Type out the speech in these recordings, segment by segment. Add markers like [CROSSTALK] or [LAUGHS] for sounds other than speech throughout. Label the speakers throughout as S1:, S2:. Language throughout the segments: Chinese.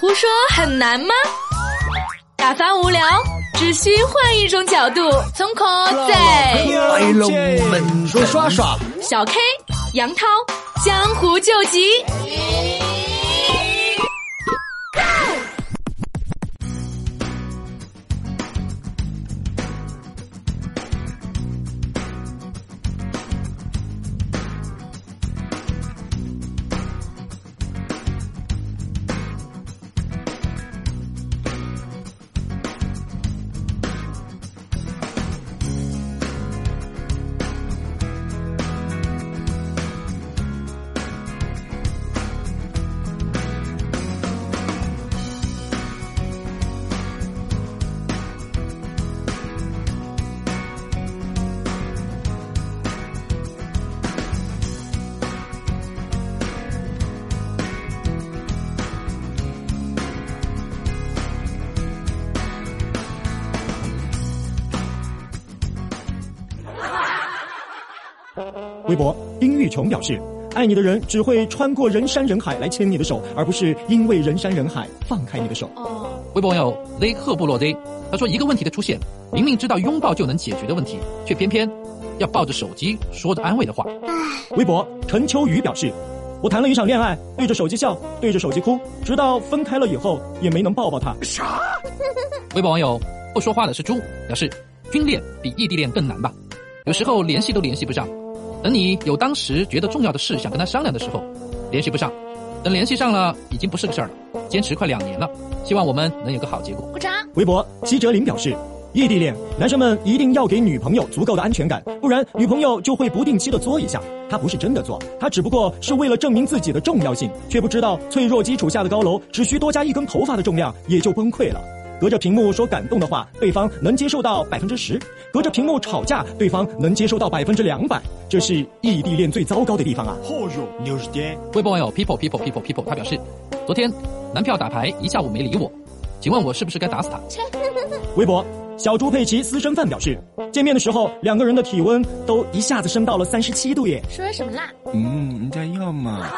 S1: 胡说很难吗？打发无聊，只需换一种角度，从口在
S2: 快乐我们说刷刷，
S1: 小 K、杨涛江湖救急。
S3: 微博丁玉琼表示：“爱你的人只会穿过人山人海来牵你的手，而不是因为人山人海放开你的手。
S1: 哦，
S4: 微博网友雷克布洛 Z，他说一个问题的出现，明明知道拥抱就能解决的问题，却偏偏要抱着手机说着安慰的话。”
S3: 微博陈秋雨表示：“我谈了一场恋爱，对着手机笑，对着手机哭，直到分开了以后也没能抱抱他。
S4: 微博网友不说话的是猪表示，军恋比异地恋更难吧，有时候联系都联系不上。等你有当时觉得重要的事想跟他商量的时候，联系不上，等联系上了已经不是个事儿了。坚持快两年了，希望我们能有个好结果。
S1: 鼓掌。”
S3: 微博齐哲林表示：“异地恋，男生们一定要给女朋友足够的安全感，不然女朋友就会不定期的作一下。她不是真的作，她只不过是为了证明自己的重要性，却不知道脆弱基础下的高楼，只需多加一根头发的重量也就崩溃了。”隔着屏幕说感动的话，对方能接受到百分之十；隔着屏幕吵架，对方能接受到百分之两百。这是异地恋最糟糕的地方啊！
S2: 嚯哟，牛日天，
S4: 微博网友 people people people people 他表示，昨天男票打牌一下午没理我，请问我是不是该打死他？
S3: 微博小猪佩奇私生饭表示，见面的时候两个人的体温都一下子升到了三十七度耶。
S1: 说什么啦？
S2: 嗯，人家要嘛。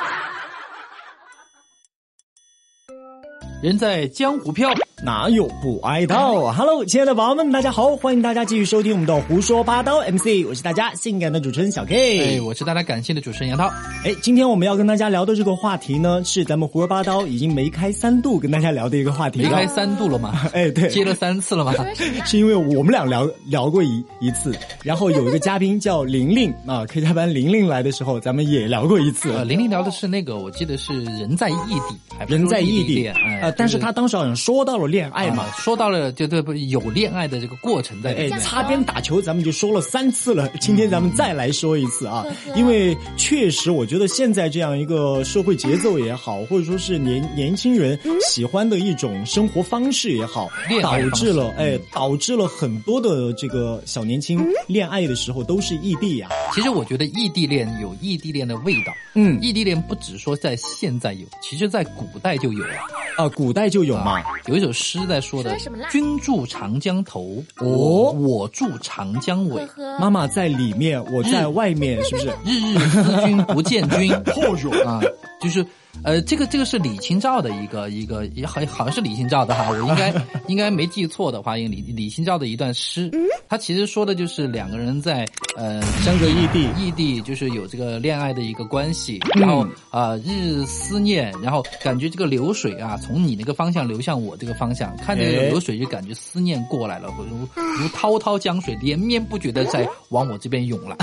S4: 人在江湖飘。
S3: 哪有不挨到？Hello，亲爱的宝宝们，大家好，欢迎大家继续收听我们的胡说八道 MC，我是大家性感的主持人小 K。
S4: 哎，我是大家感谢的主持人杨涛。
S3: 哎，今天我们要跟大家聊的这个话题呢，是咱们胡说八道已经梅开三度跟大家聊的一个话题
S4: 离
S3: 了。
S4: 开三度了吗？
S3: 哎对
S4: 接了三次了吗？
S3: [LAUGHS] 是因为我们俩聊聊过一一次，然后有一个嘉宾叫玲玲啊，K 加班玲玲来的时候，咱们也聊过一次。
S4: 呃，玲玲聊的是那个，我记得是人在异地，还不是
S3: 人在
S4: 异
S3: 异地
S4: 恋，哎
S3: 呃，但
S4: 就是
S3: 他当时好像说到了恋爱嘛
S4: 啊，说到了就对不有恋爱的这个啊过程在里
S3: 哎，
S4: 面。
S3: 擦边打球咱们就说了三次了，今天咱们再来说一次啊，因为确实我觉得现在这样一个社会节奏也好，或者说是年年轻人喜欢的一种生活方式也好
S4: 恋，爱
S3: 导
S4: 方式嗯
S3: 致了哎，导致了很多的这个小年轻恋爱的时候都是异地呀、
S4: 其实我觉得异地恋有异地恋的味道，
S3: 嗯
S4: 异地恋不只说在现在有，其实在古代就有了。
S3: 啊，古代就有嘛。
S4: 有一首诗在说的
S1: 说什么啦，
S4: 君住长江头，
S3: 哦
S4: 我住长江尾
S1: 呵。呵，
S3: 妈妈在里面，我在外面，是不是？
S4: 日日思君不见
S3: [LAUGHS]
S4: 君，
S2: 嚯哟，
S4: 啊，就是呃，这个这个是李清照的一个一个，也好好像是李清照的哈，我应
S3: [LAUGHS]
S4: 该应该没记错的话，应李李清照的一段诗，他其实说的就是两个人在呃
S3: 相隔异地，嗯
S4: 异地，就是有这个恋爱的一个关系，然后啊、呃日日思念，然后感觉这个流水啊从你那个方向流向我这个方向，看着
S3: 哎
S4: 流水就感觉思念过来了，如如滔滔江水连绵不绝的在往我这边涌来。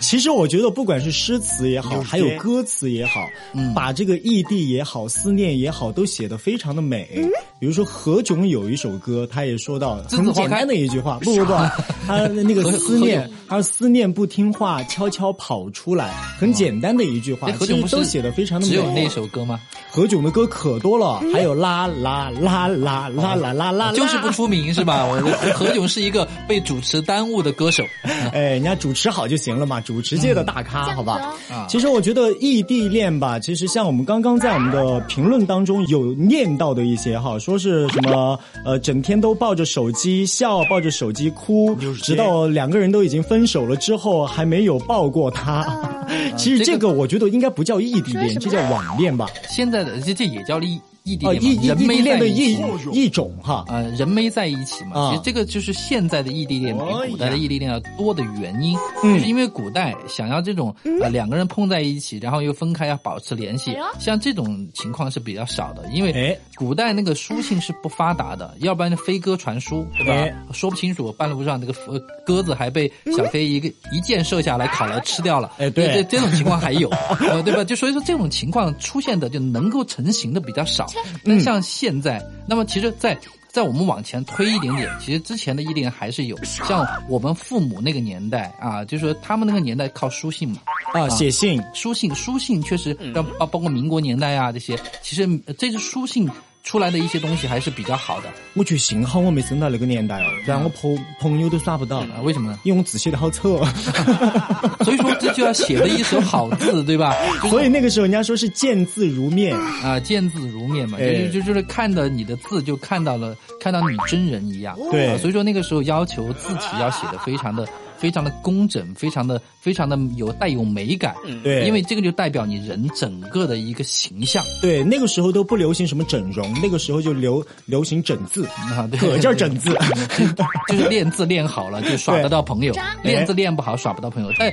S3: 其实我觉得，不管是诗词也好，
S2: 有些
S3: 还有歌词也好，
S4: 嗯
S3: 把这个异地也好、思念也好，都写得非常的美。比如说何炅有一首歌，他也说到
S4: 栀子
S3: 很
S4: 花开
S3: 简单的一句话，不不不，他那个
S4: 何
S3: 思念，他思念不听话，悄悄跑出来，很简单的一句话
S4: 哎，何
S3: 其
S4: 炅
S3: 实
S4: 不是
S3: 都写得非常的
S4: 只有那
S3: 美。
S4: 首歌吗？
S3: 何炅的歌可多了，还有啦啦啦啦啦啦啦啦，
S4: 就是不出名是吧？我何炅是一个被主持耽误的歌手， [LAUGHS]
S3: 哎，人家主持好就行了嘛，主持界的大咖，好吧
S4: 子哦？
S3: 其实我觉得异地恋吧，其实像我们刚刚在我们的评论当中有念到的一些哈，说是什么呃，整天都抱着手机笑，抱着手机哭
S2: 有，些
S3: 直到两个人都已经分手了之后，还没有抱过他。 [LAUGHS] 其实
S4: 这
S3: 这个
S4: 个
S3: 我觉得应该不叫异地恋，
S1: 说
S3: 啊这
S1: 什么
S3: 叫网恋吧？
S4: 现在的这这也叫异异地
S3: 啊，
S4: 恋嘛
S3: 异异
S4: 人
S3: 异
S4: 妹
S3: 地恋的
S4: 在哦一
S3: 异
S4: 起
S3: 异种哈，
S4: 呃，人没在一起嘛，
S3: 啊
S4: 其实这个就是现在的异地恋比
S2: 哎呀
S4: 古代的异地恋要多的原因，
S3: 嗯
S4: 就是因为古代想要这种呃两个人碰在一起，然后又分开要保持联系
S1: 哎呦，
S4: 像这种情况是比较少的，因
S3: 哎
S4: 为古代那个书信是不发达的，要不然就飞鸽传书，对
S3: 哎嗯
S4: 吧？说不清楚，半路上这个呃鸽子还被小飞一个一箭射下来烤了吃掉了，
S3: 哎对 [LAUGHS]
S4: 这这种情况还有，呃，对吧？就所以说这种情况出现的就能够成型的比较少。但像现在，那么其实在，在我们往前推一点点，其实之前的异地恋还是有，像我们父母那个年代啊，就是说他们那个年代靠书信嘛，
S3: 啊，写信
S4: 书信，书信确实让包包括民国年代啊这些，其实呃这是书信出来的一些东西还是比较好的
S3: 我觉得幸好我没生到那个年代哦，不然我朋朋友都耍不到，
S4: 啊？为什么呢？
S3: 因为我字写的好丑。
S4: 所以说这就要写了一手好字，对吧？就是
S3: 所以那个时候人家说是见字如面，
S4: 啊，见字如面嘛，就
S3: 哎
S4: 是就就是看到你的字，就看到了看到你真人一样。
S3: 对
S4: 啊所以说那个时候要求字体要写的非常的非常的工整，非常的非常的有带有美感。
S3: 对
S4: 因为这个就代表你人整个的一个形象
S3: 对，那个时候都不流行什么整容，那个时候就流流行整
S4: [LAUGHS]
S3: 字，
S4: 啊，对，
S3: 可劲儿整字。
S4: [LAUGHS] 就是练字练好了就耍得到朋友
S1: 对，
S4: 练字练不好耍不到朋友。但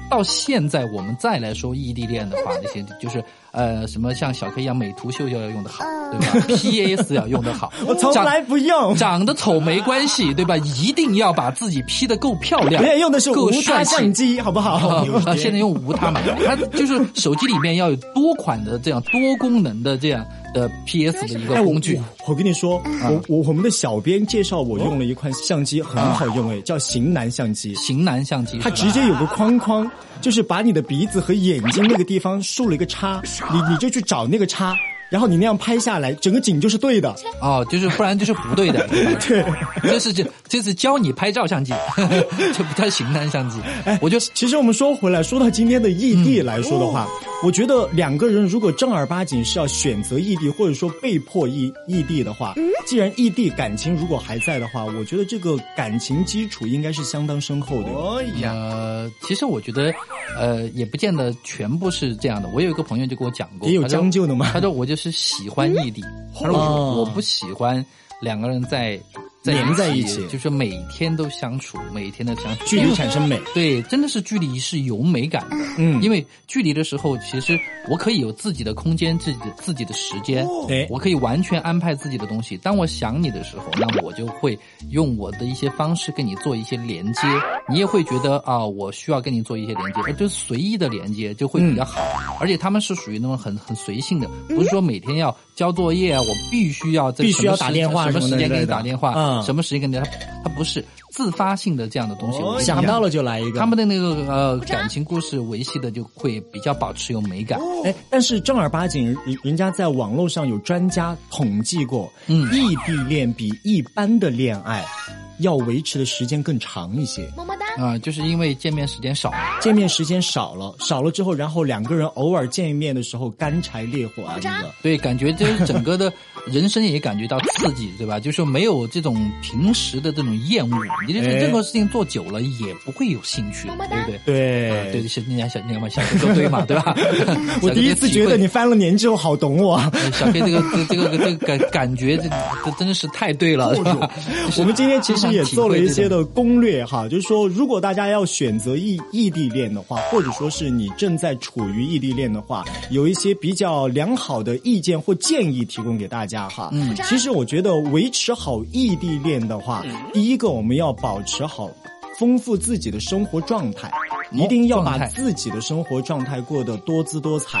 S4: 到现在我们再来说异地恋的话，那些就是呃什么像小 K 一样美图秀秀要用的好，对吧？PS 要用的好，
S3: 嗯 [LAUGHS] 我从
S4: 长
S3: 来不用，
S4: 长得丑没关系，对吧？一定要把自己 P 的够漂亮，
S3: 人家用的是
S4: 够
S3: 无
S4: 帅
S3: 他
S4: 气
S3: 相机，好不好？ [LAUGHS]
S4: 啊， [LAUGHS] 现在用无他嘛，它就是手机里面要有多款的这样多功能的这样的 PS 的一个
S3: 哎，我
S4: 工具。嗯
S3: 我我跟你说，我我我们的小编介绍我用了一款相
S4: 哦
S3: 机，很好用哎，叫型男相机。
S4: 型男相机，
S3: 它直接有个框框，就是把你的鼻子和眼睛那个地方竖了一个叉，
S4: 啊
S3: 你你就去找那个叉，然后你那样拍下来，整个景就是对的。
S4: 哦，就是不然就是
S3: [LAUGHS]
S4: 不对的，对，这是这这是教你拍照相机， [LAUGHS] 这不叫型男相机。
S3: 哎
S4: 我就
S3: 其实我们说回来，说到今天的异地来说的话，我觉得两个人如果正儿八经是要选择异地，或者说被迫异异地的话，既然异地感情如果还在的话，我觉得这个感情基础应该是相当深厚的。
S2: 哎呀，
S4: 呃，其实我觉得，呃，也不见得全部是这样的。我有一个朋友就跟我讲过，
S3: 也有
S4: 他说
S3: 将就的嘛
S4: 他说我就是喜欢异地，他说我
S3: 哦
S4: 我不喜欢两个人在在
S3: 黏在
S4: 一
S3: 一起
S4: 就是每天都相处，每天都相处，
S3: 距
S4: 因
S3: 离
S4: 为
S3: 产生美，
S4: 对，真的是距离是有美感的。
S3: 嗯
S4: 因为距离的时候，其实我可以有自己的空间、自己的自己的时间，
S3: 对
S4: 我可以完全安排自己的东西。当我想你的时候，那我就会用我的一些方式跟你做一些连接，你也会觉得啊、我需要跟你做一些连接，而就是随意的连接就会比
S3: 嗯
S4: 较好。而且他们是属于那种很很随性的，不是说每天要交作业啊，我必须要在
S3: 必
S4: 什
S3: 须
S4: 么
S3: 要
S4: 时
S3: 打电话
S4: 什么
S3: 什么
S4: 时
S3: 的之
S4: 间给你
S3: 类的
S4: 打电话，
S3: 嗯
S4: 什么时间给你打，他不是自发性的这样的东西。我
S2: 哦
S4: 觉得
S3: 想到了啊就来一个。
S4: 他们的那个呃感情故事维系的就会比较保持有美感。
S3: 哎，但是正儿八经，人人家在网络上有专家统计过，
S4: 嗯
S3: 异地恋比一般的恋爱要维持的时间更长一些，
S1: 么么哒。
S4: 啊、就是因为见面时间少，
S3: 见面时间少了，少了之后，然后两个人偶尔见一面的时候，干柴烈火啊，这个。
S4: 对，感觉
S3: [LAUGHS]
S4: 就是整个的人生也感觉到刺激，对吧？就是说没有这种平时的这种厌恶，你这
S3: 哎
S4: 这个事情做久了也不会有兴趣，
S1: 么么哒
S4: 对不对？
S3: 对
S4: 啊对，小你看小你看嘛，小 K 说对嘛，对吧？
S3: [LAUGHS] 我第一次觉得你翻了年之后好懂我。
S4: 小 K 这个这个这个这个感感觉，这这真的是太对了，是 [LAUGHS] 吧？
S3: 我们今天其实也做了一些
S4: 的。
S3: 的攻略哈，就是说，如果大家要选择异异地恋的话，或者说是你正在处于异地恋的话，有一些比较良好的意见或建议提供给大家哈。嗯，其实我觉得维持好异地恋的话，
S4: 嗯
S3: 第一个我们要保持好。丰富自己的生活状态，
S4: 哦
S3: 一定要
S4: 状
S3: 把
S4: 态
S3: 自己的生活状态过得多姿多彩。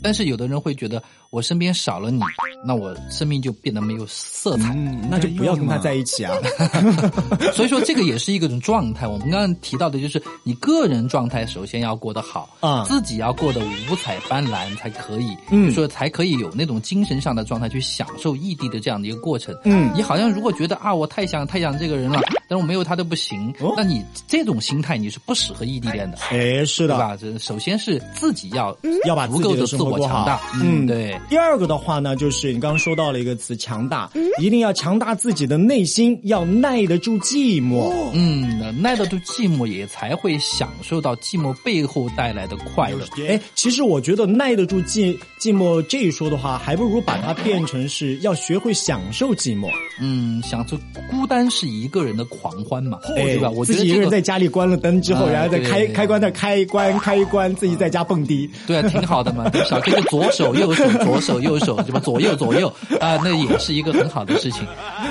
S4: 但是有的人会觉得，我身边少了你，那我生命就变得没有色彩。
S2: 嗯
S3: 那就不要跟
S4: 哎
S3: 他在
S2: 一
S3: 一起啊！
S4: 所以说，这个也是一种状态。我们刚刚提到的就是，你个人状态首先要过得好，
S3: 啊
S4: 自己要过得五彩斑斓才可以，
S3: 嗯
S4: 就说才可以有那种精神上的状态去享受异地的这样的一个过程。
S3: 嗯
S4: 你好像如果觉得啊，我太想太想这个人了，但是我没有他都不行。
S3: 哦
S4: 那你这种心态你是不适合异地恋的，
S3: 哎，是
S4: [LAUGHS] 对
S3: 的，
S4: 吧？这首先是自己要
S3: 要把
S4: 足
S3: 自
S4: 够
S3: 己
S4: 的
S3: 的
S4: 自
S3: 生活
S4: 我
S3: 过
S4: 强
S3: 好
S4: 大。，
S3: 嗯，
S4: 对。
S3: 第二个的话呢，就是你刚刚说到了一个词“强大”，
S4: 嗯
S3: 一定要强大自己的内心，要耐得住寂寞。
S4: 嗯，耐得住寂寞，也才会享受到寂寞背后带来的快乐。
S3: 哎，其实我觉得耐得住寂寂寞这一说的话，还不如把它变成是要学会享受寂寞。
S4: 嗯，享受孤单是一个人的狂欢嘛，对吧？我觉
S3: 哎自
S4: 得
S3: 己一
S4: 这
S3: 个人
S4: 个
S3: 在家里关了灯之后，
S4: 啊
S3: 然后再
S4: 对
S3: 开
S4: 对啊
S3: 开关的开一关，开一关，自己在家蹦迪。
S4: 对啊，挺好的嘛。小这个左手右手，左手右手，什么左右左右啊、那也是一个很好的事情。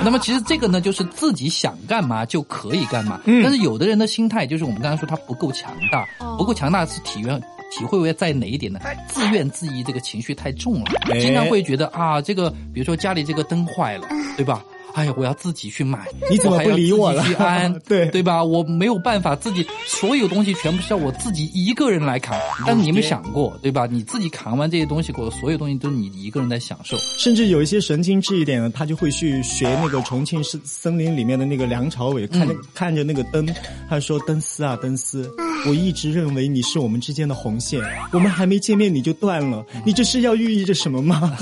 S4: 那么其实这个呢，就是自己想干嘛就可以干嘛。
S3: 嗯
S4: 但是有的人的心态就是我们刚才说他不够强大，不够强大是体验。体会在哪一点呢？自怨自艾这个情绪太重了，
S3: 哎
S4: 经常会觉得啊，这个比如说家里这个灯坏了，对吧？哎呀，我要自己去买，
S3: 你怎么
S4: 还要
S3: 不理
S4: 自己
S3: 我了
S4: 去安
S3: [LAUGHS] 对
S4: 对吧？我没有办法，自己所有东西全部是要我自己一个人来扛。但你有没有想过，哦对吧？你自己扛完这些东西过后，所有东西都是你一个人在享受。 [LAUGHS]
S3: 甚至有一些神经质一点的，他就会去学那个重庆森森林里面的那个梁朝伟，看着、看着那个灯，他说：“灯丝啊，灯丝，我一直认为你是我们之间的红线，我们还没见面你就断了，你这是要寓意着什么吗？”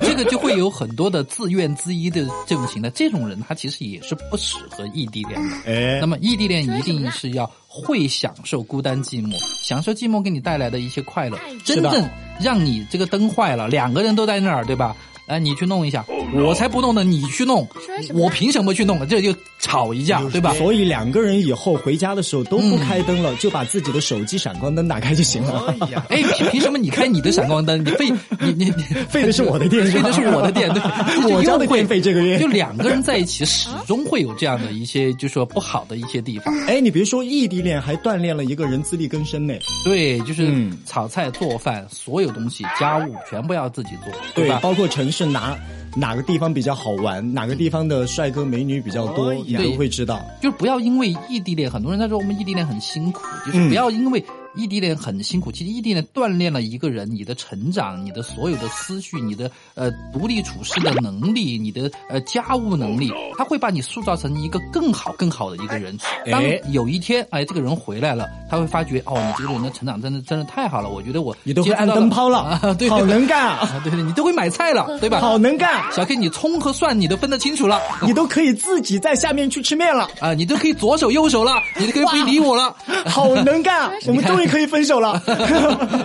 S4: 这个就会有很多的自怨自艾的这种情态。这种人他其实也是不适合异地恋的。
S3: 哎
S4: 那，么异地恋一定是要会享受孤单寂寞，享受寂寞给你带来的一些快乐，真正让你这个灯坏了，两个人都在那儿，对吧？哎，你去弄一下，我才不弄呢，你去弄，我凭什么去弄？这就吵一架，对吧？
S3: 所以两个人以后回家的时候都不开灯了，就把自己的手机闪光灯打开就行了。
S4: 哎，凭凭什么你开你的闪光灯？你费你你你
S3: 费的是我的电是
S4: 费
S3: 吧
S4: 的是我的电，
S3: [LAUGHS]
S4: 对，这就
S3: 我交的
S4: 又会
S3: 电费这个月
S4: 就两个人在一起，始终会有这样的一些，就说不好的一些地方。
S3: 哎，你别说异地恋，还锻炼了一个人自力更生呢。
S4: 对，就是
S3: 嗯
S4: 炒菜、做饭，所有东西、家务全部要自己做，
S3: 对，
S4: 吧？
S3: 包括城市哪哪个地方比较好玩，哪个地方的帅哥美女比较多，你
S4: 对
S3: 都会知道。
S4: 就是不要因为异地恋，很多人在说我们异地恋很辛苦，就是
S3: 嗯
S4: 不要因为异地恋很辛苦。其实异地恋锻炼了一个人你的成长、你的所有的思绪、你的呃独立处事的能力、你的呃家务能力，它会把你塑造成一个更好、更好的一个人。当
S3: 哎
S4: 有一天，哎，这个人回来了，他会发觉哦，你这个人的成长真的真的太好了，我觉得我
S3: 你都会
S4: 接触
S3: 按
S4: 到
S3: 灯泡了
S4: 啊， [LAUGHS] 对，
S3: 好能干啊，
S4: 啊，对对，你都会买菜了，对吧？
S3: [LAUGHS] 好能干，
S4: 小 K，你葱和蒜你都分得清楚了。
S3: 你都可以自己在下面去吃面
S4: [LAUGHS]
S3: 了，
S4: 啊，你都可以左手右手了，你都可以不理我了。
S3: 好能干，我们终于可以分手了。
S4: [LAUGHS]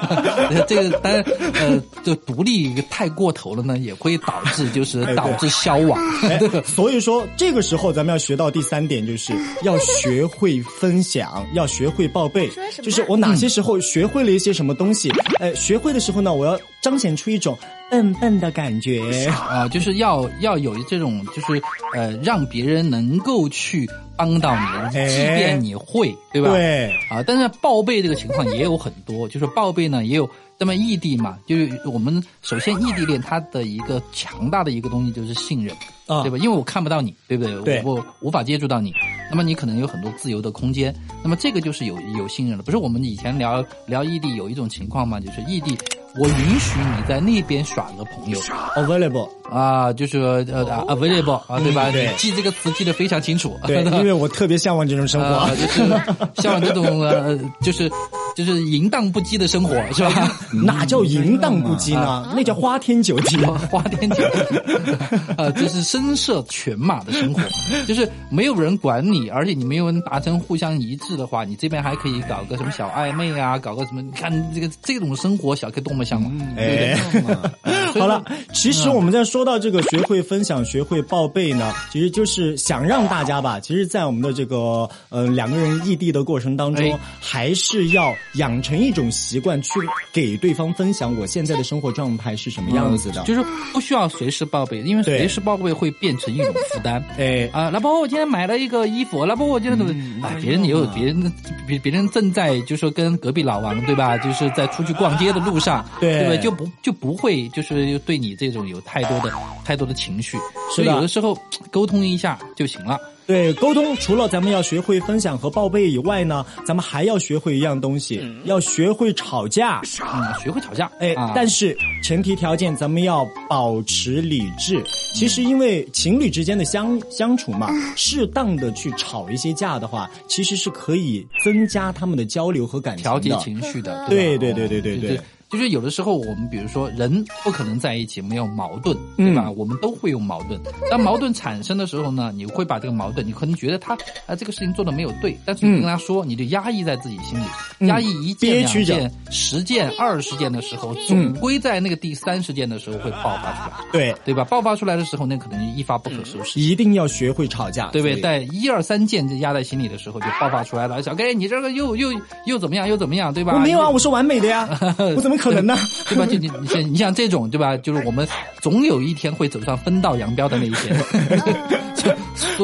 S4: 这个当然，呃，就独立太过头了呢，也会导致就是
S3: 对
S4: 导致消亡。
S3: 哎 [LAUGHS] 所以说，这个时候咱们要学到第三点，就是要学会分享，要学会报备。就是我哪些时候学会了一些什么东西？哎，学会的时候呢，我要彰显出一种笨笨的感觉。
S4: 啊，就是要要有这种，就是呃，让别人能够去帮到你，
S3: 哎
S4: 即便你会，对吧？
S3: 对
S4: 啊，但是报备这个情况也有很多，就是报备呢也有。那么异地嘛，就是我们首先异地恋它的一个强大的一个东西就是信任，
S3: 啊
S4: 对吧？因为我看不到你，对不对？
S3: 对
S4: 我我无法接触到你，那么你可能有很多自由的空间，那么这个就是有有信任了。不是我们以前聊聊异地有一种情况嘛，就是异地，我允许你在那边耍个朋友， [LAUGHS]
S3: Available，
S4: 啊，就是呃啊 available 啊，对
S3: 嗯
S4: 吧？
S3: 对
S4: 你记这个词记得非常清楚。
S3: 对，因为我特别向往这种生活。[LAUGHS]
S4: [LAUGHS] 啊，就是像我这种呃，就是就是淫荡不羁的生活，
S3: [LAUGHS]
S4: 是吧？
S3: 哪叫淫荡不羁
S4: 嗯
S3: 呢？那叫花天酒地。
S4: 花天酒 [LAUGHS] 地，呃，就是声色犬马的生活，就是没有人管你，而且你没有人达成互相一致的话，你这边还可以搞个什么小暧昧啊，搞个什么？你看这个这种生活，小 K 多么向往，
S3: 嗯哎
S4: [LAUGHS] 对不对？嗯
S3: 好了，，其实我们在说到这个学会分享、学会报备呢，其实就是想让大家吧，其实，在我们的这个呃两个人异地的过程当
S4: 哎
S3: 中，还是要养成一种习惯，去给对方分享我现在的生活状态是什么样子的。
S4: 嗯就是不需要随时报备，因为
S3: 对
S4: 随时报备会变成一种负担。
S3: 哎，
S4: 啊，老婆，我今天买了一个衣服，老婆，我今天怎么？
S3: 嗯
S4: 哎，别人也
S3: 啊
S4: 有别人的，别别人正在就是说跟隔壁老王对吧？就是在出去逛街的路上，
S3: 对
S4: 对吧？就不就不会就是对你这种有太多的太多的情绪，
S3: 是
S4: 所
S3: 的
S4: 以有的时候沟通一下就行了。
S3: 对，沟通除了咱们要学会分享和报备以外呢，咱们还要学会一样东西，要学会吵架。
S4: 啊，学会吵架，
S3: 哎，
S4: 啊、
S3: 但是前提条件咱们要保持理智。其实，因为情侣之间的相相处嘛，适当的去吵一些架的话，其实是可以增加他们的交流和感情
S4: 调
S3: 的。
S4: 节情绪的，
S3: 对
S4: 吧
S3: 对对对对
S4: 就
S3: 对
S4: 是就是有的时候我们比如说人不可能在一起没有矛盾，
S3: 嗯
S4: 对吧？我们都会有
S3: [LAUGHS]
S4: 矛盾。当矛盾产生的时候呢，你会把这个矛盾，你可能觉得他啊、这个事情做的没有对，但是你跟他说，你就压抑在自己心里，压抑一件、
S3: 嗯憋
S4: 两
S3: 屈嗯着
S4: 件、十件、二十件的时候，总归在那个第三十件的时候会爆发出来，
S3: 对，
S4: 对吧？爆发出来的时候，那可能一发不可收拾。
S3: 一定要学会吵架，
S4: 对不
S3: 所
S4: 对？
S3: 以
S4: 在一二三件压在心里的时候，就爆发出来了。小 K，你这个又又又怎么样？又怎么样？对吧？
S3: 我没有啊，
S4: 又
S3: 我是完美的
S4: [LAUGHS]
S3: 呀，我怎么可能呢？
S4: 对吧？就你你像你像这种对吧？就是我们总有一天会走上分道扬镳的那一
S3: [LAUGHS]
S4: 天。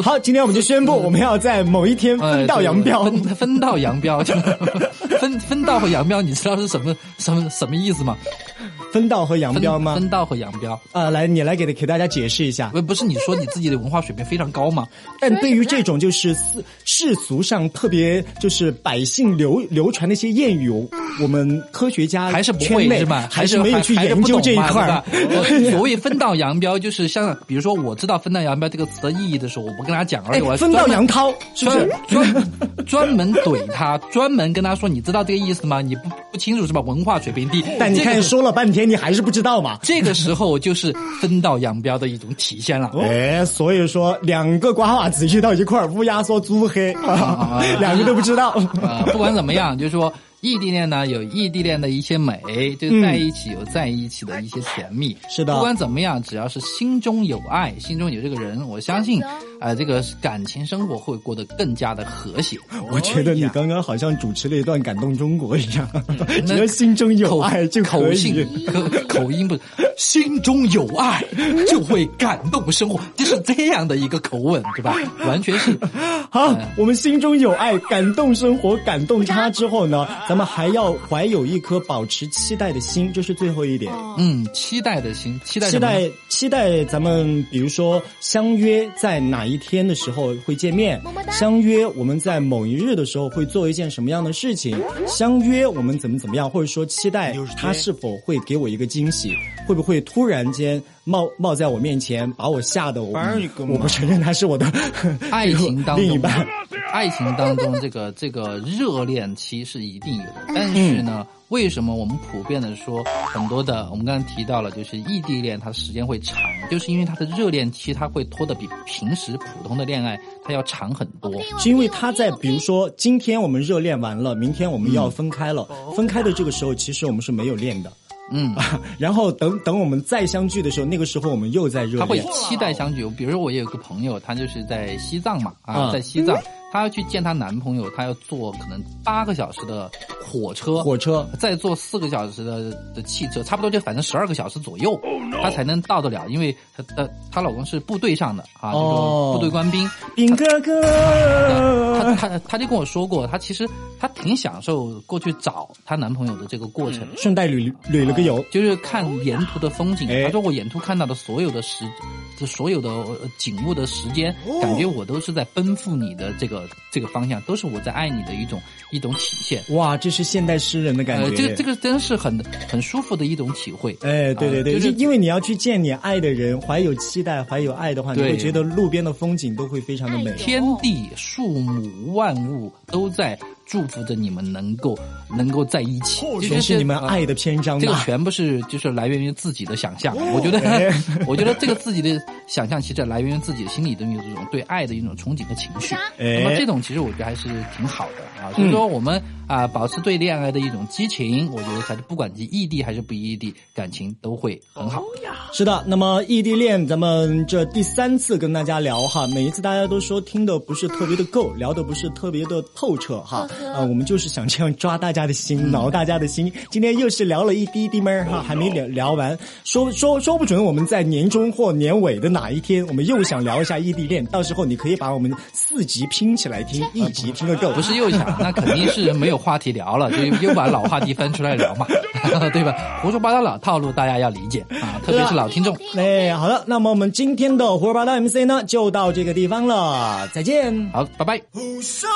S3: 好，今天我们就宣布，我们要在某一天
S4: 呃
S3: 分道扬镳。
S4: 分分道扬镳，就 [LAUGHS] 分分道和扬镳，你知道是什么什么什么意思吗？
S3: 分道和扬
S4: 分
S3: 镳吗？
S4: 分道和扬镳，
S3: 啊，来，你来给给大家解释一下。
S4: 不不是你说你自己的文化水平非常高吗？
S3: 但对于这种就是世世俗上特别就是百姓流流传的一些谚语，我们科学家
S4: 还是不
S3: 圈
S4: 会
S3: 内
S4: 是吧？
S3: 还
S4: 是
S3: 没有
S4: 还
S3: 去
S4: 还是
S3: 研
S4: 不
S3: 究
S4: 懂
S3: 这一
S4: 嘛
S3: 块
S4: 对吧
S3: [LAUGHS] 儿。
S4: 我所谓分道扬镳，就是像比如说我知道分道扬镳这个词的意义的时候，我不跟他讲，而
S3: 哎
S4: 且我还，
S3: 分道
S4: 专门
S3: 扬镳是不
S4: 专
S3: 是？ [LAUGHS]
S4: 专专门怼他，专门跟他说，你知道这个意思吗？你不不清楚是吧？文化水平低。
S3: 但你
S4: 这
S3: 看
S4: 个
S3: 说了半天，你还是不知道嘛。
S4: 这个时候就是分道扬镳的一种体现了。
S3: 哎，所以说两个瓜娃子遇到一块儿，乌鸦说猪黑， [LAUGHS] 两个都不知道。
S4: 啊，不管怎么样，就是说异地恋呢有异地恋的一些美，就在一起有在一起的一些甜蜜。
S3: 是的
S4: 不管怎么样，只要是心中有爱，心中有这个人，我相信，呃，这个感情生活会过得更加的和谐。
S3: 我觉得你刚刚好像主持了一段感动中国一样， [LAUGHS] 只
S4: 嗯那
S3: 要心中有
S4: 口
S3: 爱就可
S4: 口
S3: 以
S4: 信。口口音不，心中有爱就会感动生活，就是这样的一个口吻，对吧？完全是
S3: 好，
S4: 嗯
S3: 我们心中有爱，感动生活，感动他之后呢，
S4: 嗯
S3: 咱们还要怀有一颗保持期待的心，这是最后一点。
S1: 哦
S4: 嗯，期待的心，期待
S3: 期
S4: 什么呢
S3: 待期待咱们比如说相约在哪一天的时候会见面，
S5: 么么哒
S3: 相约我们在某一日的时候会做一件什么样的事情，相约我们怎么怎么样，或者说期待
S2: 六十天
S3: 他是否会给我一个惊喜，会不会突然间冒冒在我面前把我吓得我嗯
S2: 玩一个嘛
S3: 我不承认他是我的 [LAUGHS]
S4: 爱情当
S3: 另一
S4: 中
S3: 半。，
S4: 爱情当中这个这个热恋期是一定有的，
S3: 嗯
S4: 但是呢，为什么我们普遍的说很多的，我们刚才提到了，就是异地恋它的时间会长，就是因为它的热恋期它会拖得比平时普通的恋爱它要长很多。
S3: 是因为他在比如说今天我们热恋完了，明天我们要分开了，分开的这个时候其实我们是没有恋的。
S4: 嗯，
S3: [LAUGHS] 然后等等我们再相聚的时候，那个时候我们又在热
S4: 他会
S3: 恋。
S4: 期待相聚。比如说我有个朋友，她就是在西藏嘛，啊，
S3: 嗯
S4: 在西藏，她要去见她男朋友，她要坐可能八个小时的火车，
S3: 火车
S4: 再坐四个小时的的汽车，差不多就反正十二个小时左右，她才能到得了，因为她她她老公是部队上的啊，就是
S3: 哦
S4: 部队
S3: [LAUGHS]
S4: 官兵，
S3: 兵哥
S4: 她
S3: 哥，
S4: 她她就跟我说过，她其实她挺享受过去找她男朋友的这个过程，
S3: 顺带捋捋了个油。
S4: 就是看沿途的风景。
S3: 哎
S4: 他说我沿途看到的所有的时，就所有的呃景物的时间，
S3: 哦
S4: 感觉我都是在奔赴你的这个这个方向，都是我在爱你的一种一种体现。
S3: 哇，这是现代诗人的感
S4: 呃，
S3: 觉。
S4: 这个这个真是很很舒服的一种体会。
S3: 哎，对对对，
S4: 啊就是
S3: 因因为你要去见你爱的人，怀有期待，怀有爱的话，你
S4: 对
S3: 会觉得路边的风景都会非常的美。
S4: 天地树木万物都在祝福着你们能够能够在一起，就
S3: 全是
S4: 这
S3: 你们
S4: 啊
S3: 爱的篇章
S4: 这个
S3: 吧？
S4: 全部是就是来源于自己的想象，我觉得
S3: 哎，
S4: [LAUGHS] 我觉得这个自己的想象其实来源于自己心里的那种对爱的一种憧憬和情绪。
S1: 哎
S4: 那
S3: 哎
S4: 么这种其实我觉得还是挺好的啊，所以说我们啊、保持对恋爱的一种激情，我觉得才是不管你异地还是不异地，感情都会很好。
S3: 是的，那么异地恋，咱们这第三次跟大家聊哈，每一次大家都说听的不是特别的够，聊的不是特别的透彻哈，呃，我们就是想这样抓大家的心，挠大家的心。今天又是聊了一滴滴闷儿哈，还没聊聊完，说说说不准我们在年中或年尾的哪一天，我们又想聊一下异地恋，到时候你可以把我们四集拼起来听，一集听个够。
S4: 啊不是又想，那肯定是没有话题聊了，就又把老话题翻出来聊嘛， [LAUGHS] 对吧？胡说八道老套路大家要理解啊，特别是老听众。
S3: 哎，好了，那么我们今天的胡说八道 MC 呢，就到这个地方了，再见。
S4: 好，拜拜。
S2: 上